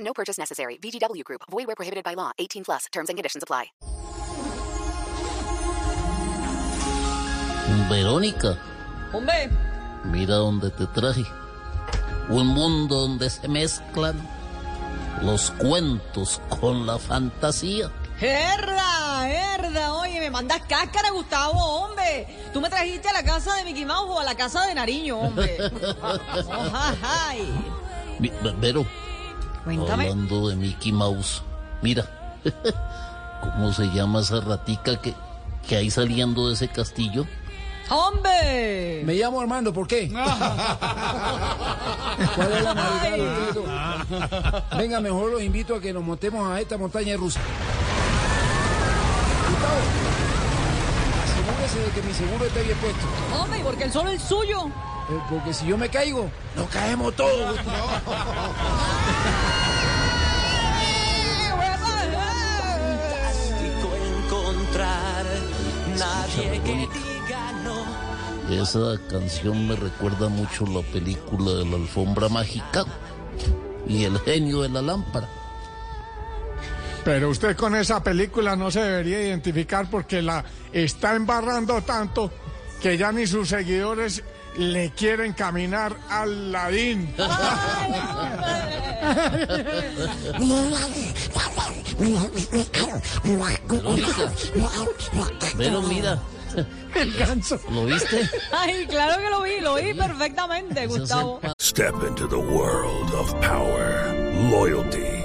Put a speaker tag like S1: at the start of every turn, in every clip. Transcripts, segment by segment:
S1: No purchase necessary. VGW Group. Void where prohibited by law. 18 plus. Terms and conditions apply.
S2: Verónica,
S3: Hombre,
S2: mira donde te traje. Un mundo donde se mezclan los cuentos con la fantasía.
S3: herda, herda, oye, me mandas cáscara, Gustavo, hombre. Tú me trajiste a la casa de Mickey Mouse o a la casa de Nariño, hombre. Oh, Ay,
S2: Mi- ve- Vero,
S3: cuéntame.
S2: hablando de Mickey Mouse, mira, ¿cómo se llama esa ratica que, que hay saliendo de ese castillo?
S3: Hombre.
S4: Me llamo Armando, ¿por qué? ¿Cuál es la maldad,
S3: Ay.
S4: Luisito? Venga, mejor los invito a que nos montemos a esta montaña rusa. Gustavo, asegúrese de que mi seguro esté bien puesto.
S3: Hombre, ¿y por qué el solo es suyo?
S4: eh, Porque si yo me caigo, nos caemos todos. Gustavo.
S3: Eh, hueva, eh.
S5: encontrar nadie que diga no.
S2: Esa canción me recuerda mucho la película de la alfombra mágica y el genio de la lámpara.
S6: Pero usted con esa película no se debería identificar porque la está embarrando tanto que ya ni sus seguidores le quieren caminar al ladín.
S2: Pero mira,
S6: El ganso.
S2: ¿lo viste?
S3: Ay, claro que lo vi, lo vi
S2: Ese
S3: perfectamente,
S2: es
S3: Gustavo.
S2: el
S7: Step into the world of power, loyalty,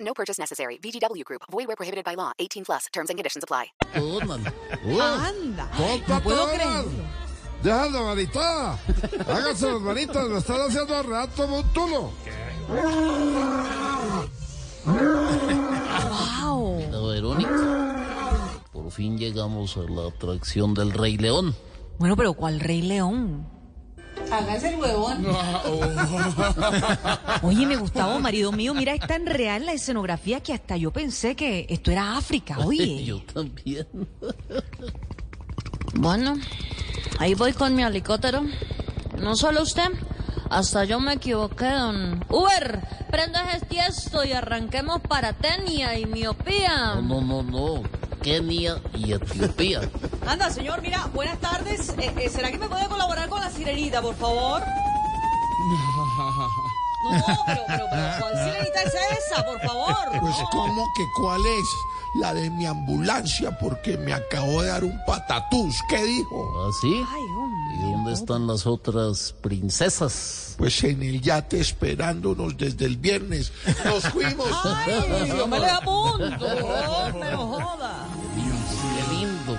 S1: No purchase necessary. VGW Group. Void where prohibited by law. 18 plus. Terms and conditions apply.
S2: Donald. Uf.
S3: Anda, no puedo creerlo.
S4: Déjalo, manita. Hágase los manitas, lo están haciendo rato como un tulo.
S3: Wow.
S2: La Verónica. Por fin llegamos a la atracción del Rey León.
S3: Bueno, pero ¿cuál Rey León?
S8: Hágase el huevón.
S3: Oye, me Gustavo, marido mío, mira, es tan real la escenografía que hasta yo pensé que esto era África, oye.
S2: Yo también.
S8: Bueno, ahí voy con mi helicóptero. No solo usted, hasta yo me equivoqué, don Uber. Prenda ese tiesto y arranquemos para Tenia y miopía.
S2: Oh, No, no, no. Kenia y Etiopía.
S3: Anda, señor, mira, buenas tardes. Eh, eh, ¿Será que me puede colaborar con la sirenita, por favor? No, pero, pero, pero ¿cuál sirenita es esa, por favor?
S9: Pues
S3: No.
S9: ¿cómo que cuál es? La de mi ambulancia, porque me acabo de dar un patatús. ¿Qué dijo?
S2: ¿Ah, sí?
S3: Ay, hombre.
S2: ¿Y dónde están las otras princesas?
S9: Pues en el yate esperándonos desde el viernes. Nos fuimos.
S3: Ay, yo me le apunto. No me lo joda.
S2: Qué lindo,